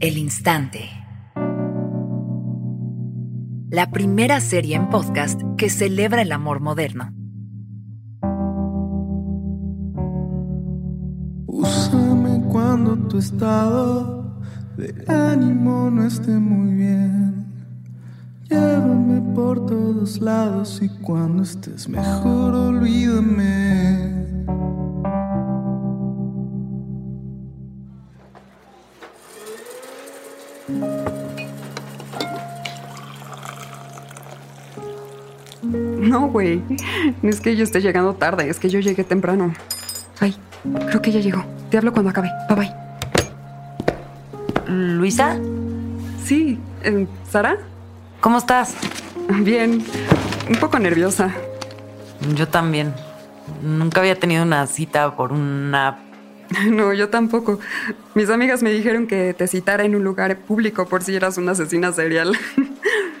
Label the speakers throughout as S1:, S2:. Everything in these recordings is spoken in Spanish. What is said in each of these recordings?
S1: El Instante. La primera serie en podcast que celebra el amor moderno.
S2: Úsame cuando tu estado de ánimo no esté muy bien. Llévame por todos lados y cuando estés mejor olvídame.
S3: No, güey. No es que yo esté llegando tarde, es que yo llegué temprano. Ay, creo que ya llegó. Te hablo cuando acabe. Bye bye.
S1: Luisa,
S3: Sí, eh, ¿Sara?
S1: ¿cómo estás?
S3: Bien. Un poco nerviosa.
S1: Yo también. Nunca había tenido una cita por una...
S3: No, yo tampoco. Mis amigas me dijeron que te citara en un lugar público por si eras una asesina serial.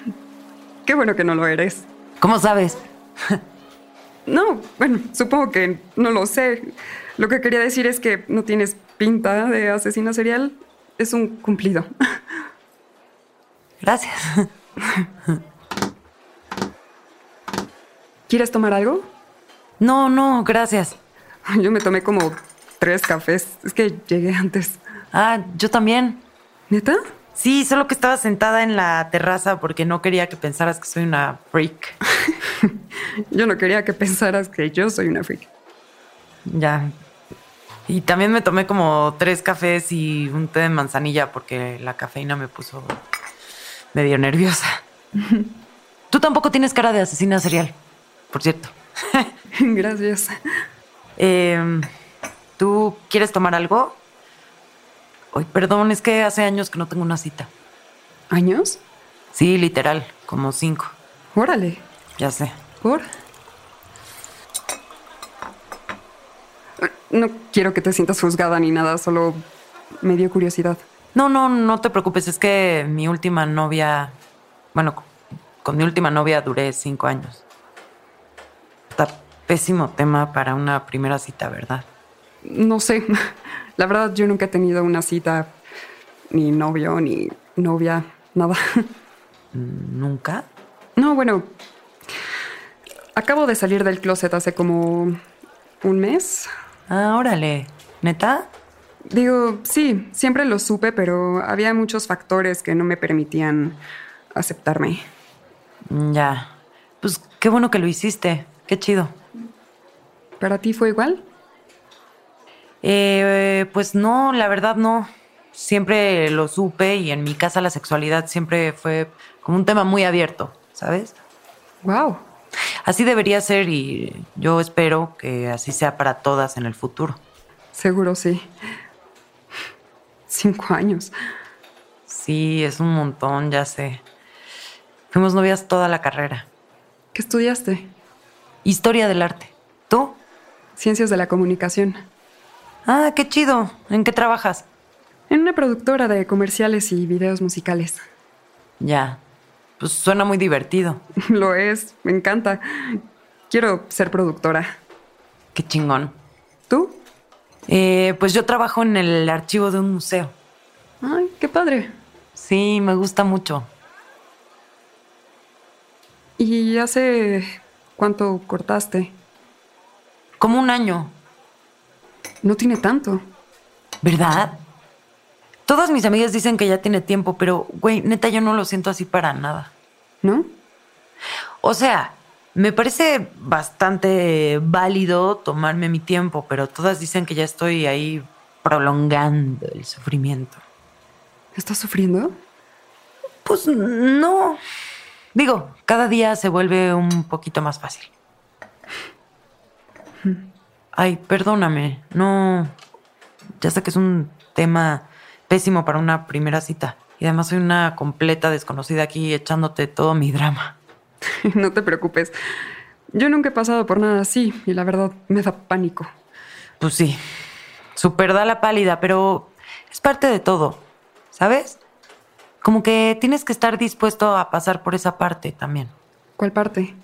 S3: Qué bueno que no lo eres.
S1: ¿Cómo sabes?
S3: No, bueno, supongo que no lo sé. Lo que quería decir es que no tienes pinta de asesina serial. Es un cumplido.
S1: Gracias.
S3: ¿Quieres tomar algo?
S1: No, no, gracias.
S3: Yo me tomé como tres cafés. Es que llegué antes.
S1: Ah, yo también.
S3: ¿Neta?
S1: Sí, solo que estaba sentada en la terraza porque no quería que pensaras que soy una freak.
S3: Yo no quería que pensaras que yo soy una freak.
S1: Ya. Y también me tomé como tres cafés y un té de manzanilla porque la cafeína me puso medio nerviosa. Tú tampoco tienes cara de asesina serial, por cierto.
S3: Gracias.
S1: Em, ¿Tú quieres tomar algo? Ay, perdón, es que hace años que no tengo una cita.
S3: ¿Años?
S1: Sí, literal, como cinco.
S3: Órale.
S1: Ya sé.
S3: ¿Por? No quiero que te sientas juzgada ni nada, solo me dio curiosidad.
S1: No, no, no te preocupes, es que mi última novia, bueno, con- con mi última novia duré cinco años. Está pésimo tema para una primera cita, ¿verdad?
S3: No sé. La verdad, yo nunca he tenido una cita, ni novio, ni novia, nada.
S1: ¿Nunca?
S3: No, bueno, acabo de salir del closet hace como un mes.
S1: Ah, órale, ¿neta?
S3: Digo, sí, siempre lo supe, pero había muchos factores que no me permitían aceptarme.
S1: Mm, Ya. Pues qué bueno que lo hiciste, qué chido.
S3: ¿Para ti fue igual?
S1: Eh, pues no, la verdad no. Siempre lo supe y en mi casa la sexualidad siempre fue como un tema muy abierto, ¿sabes?
S3: ¡Wow!
S1: Así debería ser y yo espero que así sea para todas en el futuro.
S3: Seguro sí. Cinco años.
S1: Sí, es un montón, ya sé. Fuimos novias toda la carrera.
S3: ¿Qué estudiaste?
S1: Historia del arte. ¿Tú?
S3: Ciencias de la comunicación.
S1: Ah, qué chido. ¿En qué trabajas?
S3: En una productora de comerciales y videos musicales.
S1: Ya. Pues suena muy divertido.
S3: Lo es, me encanta. Quiero ser productora.
S1: Qué chingón.
S3: ¿Tú?
S1: Eh, pues yo trabajo en el archivo de un museo.
S3: Ay, qué padre.
S1: Sí, me gusta mucho.
S3: ¿Y hace cuánto cortaste?
S1: Como un año,
S3: No tiene tanto.
S1: ¿verdad? Todas mis amigas dicen que ya tiene tiempo, pero, güey, neta, yo no lo siento así para nada.
S3: ¿No?
S1: O sea, me parece bastante válido tomarme mi tiempo, pero todas dicen que ya estoy ahí prolongando el sufrimiento.
S3: ¿Estás sufriendo?
S1: Pues no. Digo, cada día se vuelve un poquito más fácil. Ay, perdóname, no. Ya sé que es un tema pésimo para una primera cita. Y además soy una completa desconocida aquí echándote todo mi drama.
S3: No te preocupes. Yo nunca he pasado por nada así y la verdad me da pánico.
S1: Pues sí, super da la pálida, pero es parte de todo, ¿sabes? Como que tienes que estar dispuesto a pasar por esa parte también,
S3: ¿Cuál parte?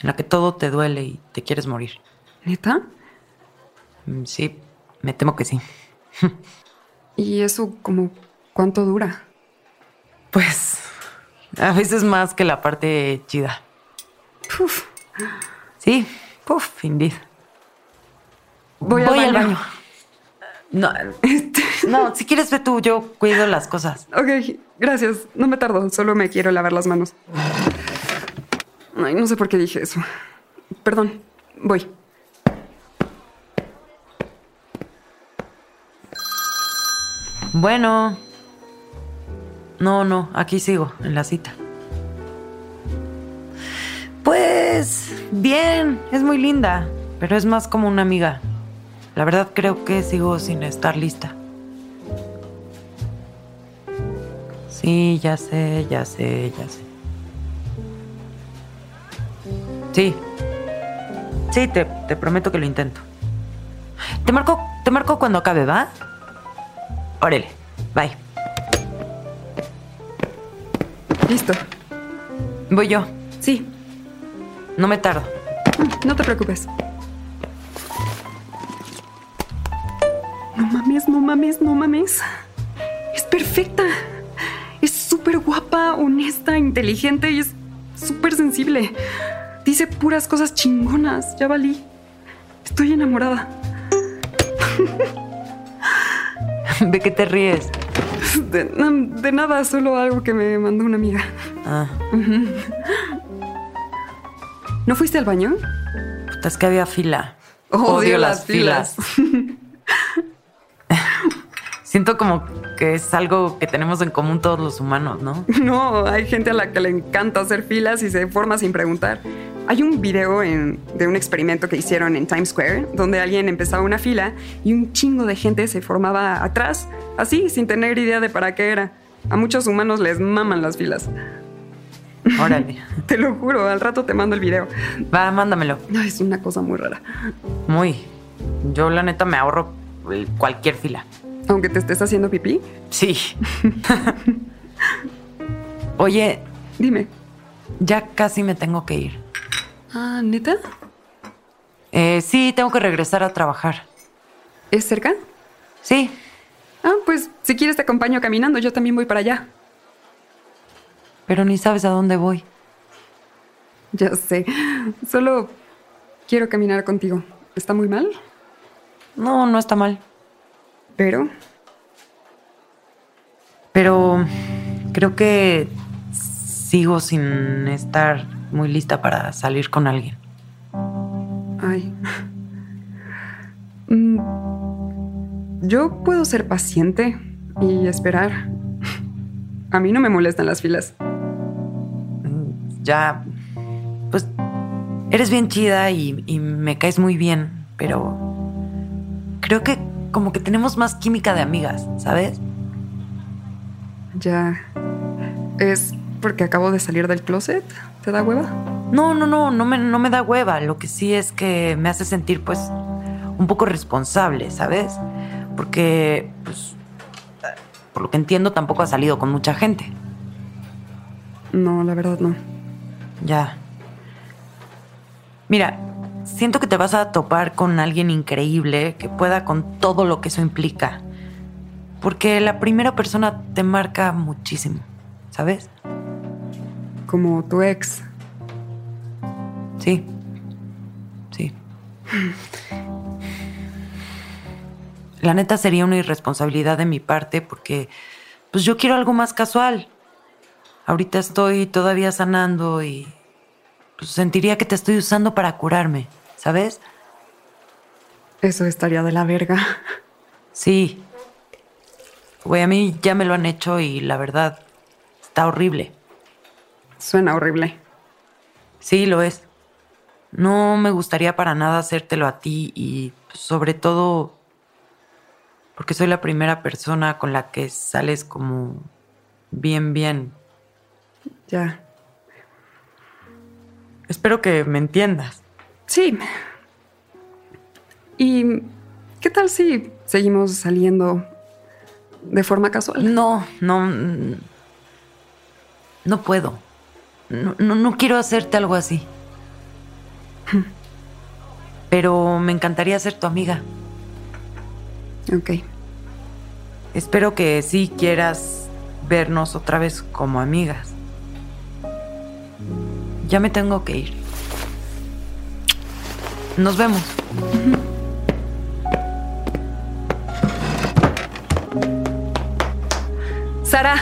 S1: en la que todo te duele y te quieres morir.
S3: ¿Neta?
S1: Mm, Sí, me temo que sí.
S3: ¿Y eso como ¿Cuánto dura?
S1: Pues a veces más que la parte chida.
S3: Uf,
S1: Sí, puf, indeed.
S3: voy, al baño. Este,
S1: No, no, si quieres ve tú, yo cuido las cosas.
S3: Ok, gracias. No me tardo, solo me quiero lavar las manos. Ay, no sé por qué dije eso. Perdón, voy.
S1: Bueno. No, no, aquí sigo, en la cita. Pues bien, es muy linda, pero es más como una amiga. La verdad creo que sigo sin estar lista. Sí, ya sé, ya sé, ya sé. Sí. Sí, te, te prometo que lo intento. Te marco, te marco cuando acabe, ¿va? Órale, bye.
S3: Listo.
S1: Voy yo,
S3: Sí,
S1: no me tardo.
S3: Mm, no te preocupes. No mames, no mames, no mames. Es perfecta. Es súper guapa, honesta, inteligente y es súper sensible. Dice puras cosas chingonas. Ya valí. Estoy enamorada.
S1: ¿De qué te ríes?
S3: De, na- de nada, solo algo que me mandó una amiga.
S1: Ah,
S3: ¿No fuiste al baño?
S1: puta, es que había fila. Siento como que es algo que tenemos en común todos los humanos, ¿no?
S3: No, hay gente a la que le encanta hacer filas y se forma sin preguntar. Hay un video en- de un experimento que hicieron en Times Square, donde alguien empezaba una fila y un chingo de gente se formaba atrás, así, sin tener idea de para qué era. A muchos humanos les maman las filas.
S1: Órale.
S3: Te lo juro, al rato te mando el video.
S1: Va, mándamelo.
S3: Ay, Es una cosa muy rara.
S1: Muy. Yo la neta me ahorro eh, cualquier fila.
S3: Aunque te estés haciendo pipí,
S1: Sí. Oye,
S3: dime.
S1: ya casi me tengo que ir.
S3: Ah, ¿neta?
S1: Eh, sí, tengo que regresar a trabajar.
S3: ¿Es cerca?
S1: Sí,
S3: Ah, pues si quieres te acompaño caminando, yo también voy para allá.
S1: pero ni sabes a dónde voy.
S3: Ya sé. Solo quiero caminar contigo. Está muy mal,
S1: No, no está mal.
S3: pero
S1: Pero creo que sigo sin estar muy lista para salir con alguien.
S3: ay. Mm, Yo puedo ser paciente y esperar. A mí no me molestan las filas.
S1: Mm, Ya, pues, eres bien chida y, y me caes muy bien, pero creo que como que tenemos más química de amigas, ¿sabes?
S3: Ya. ¿Es porque acabo de salir del closet? ¿Te da hueva?
S1: No, no, no, no me, no me da hueva. Lo que sí es que me hace sentir, pues, un poco responsable, ¿sabes? Porque, pues, por lo que entiendo, tampoco ha salido con mucha gente.
S3: No, la verdad no.
S1: Ya. Mira, siento que te vas a topar con alguien increíble que pueda con todo lo que eso implica. Porque la primera persona te marca muchísimo, ¿sabes?
S3: Como tu ex.
S1: Sí. Sí. La neta sería una irresponsabilidad de mi parte porque pues yo quiero algo más casual. Ahorita estoy todavía sanando y pues, sentiría que te estoy usando para curarme, ¿sabes?
S3: Eso estaría de la verga.
S1: Sí. Güey, a mí ya me lo han hecho y la verdad está horrible.
S3: Suena horrible.
S1: Sí, lo es. No me gustaría para nada hacértelo a ti y pues, sobre todo porque soy la primera persona con la que sales como bien, bien.
S3: Ya.
S1: Espero que me entiendas.
S3: Sí. ¿Y qué tal si seguimos saliendo de forma casual?
S1: No, no, mm, no puedo. No, no, no quiero hacerte algo así. Pero me encantaría ser tu amiga.
S3: Ok.
S1: Espero que sí quieras vernos otra vez como amigas. Ya me tengo que ir. Nos vemos.
S3: Sara,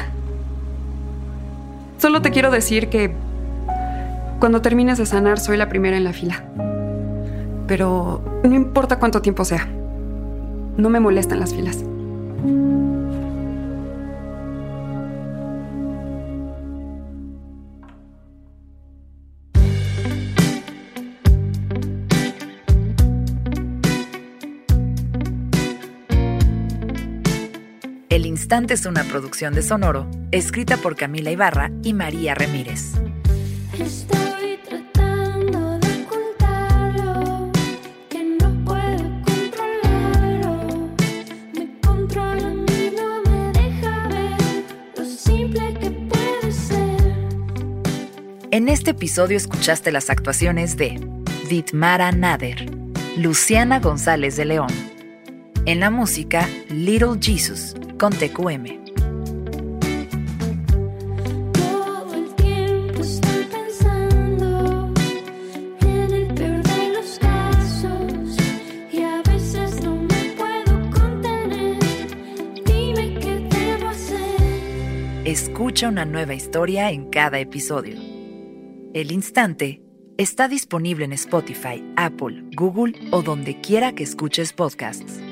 S3: solo te quiero decir que cuando termines de sanar soy la primera en la fila. Pero no importa cuánto tiempo sea, no me molestan las filas.
S4: El Instante es una producción de Sonoro, escrita por Camila Ibarra y María Ramírez.
S5: Estoy tratando de ocultarlo, que no puedo controlarlo. Me controla a mí, no me deja ver lo simple que puede ser.
S4: En este episodio escuchaste las actuaciones de Ditmara Nader, Luciana González de León. En la música, Little Jesus con TQM.
S5: Todo el tiempo estoy pensando en el peor de los casos y a veces no me puedo contener. Dime qué debo hacer.
S4: Escucha una nueva historia en cada episodio. El Instante está disponible en Spotify, Apple, Google o donde quiera que escuches podcasts.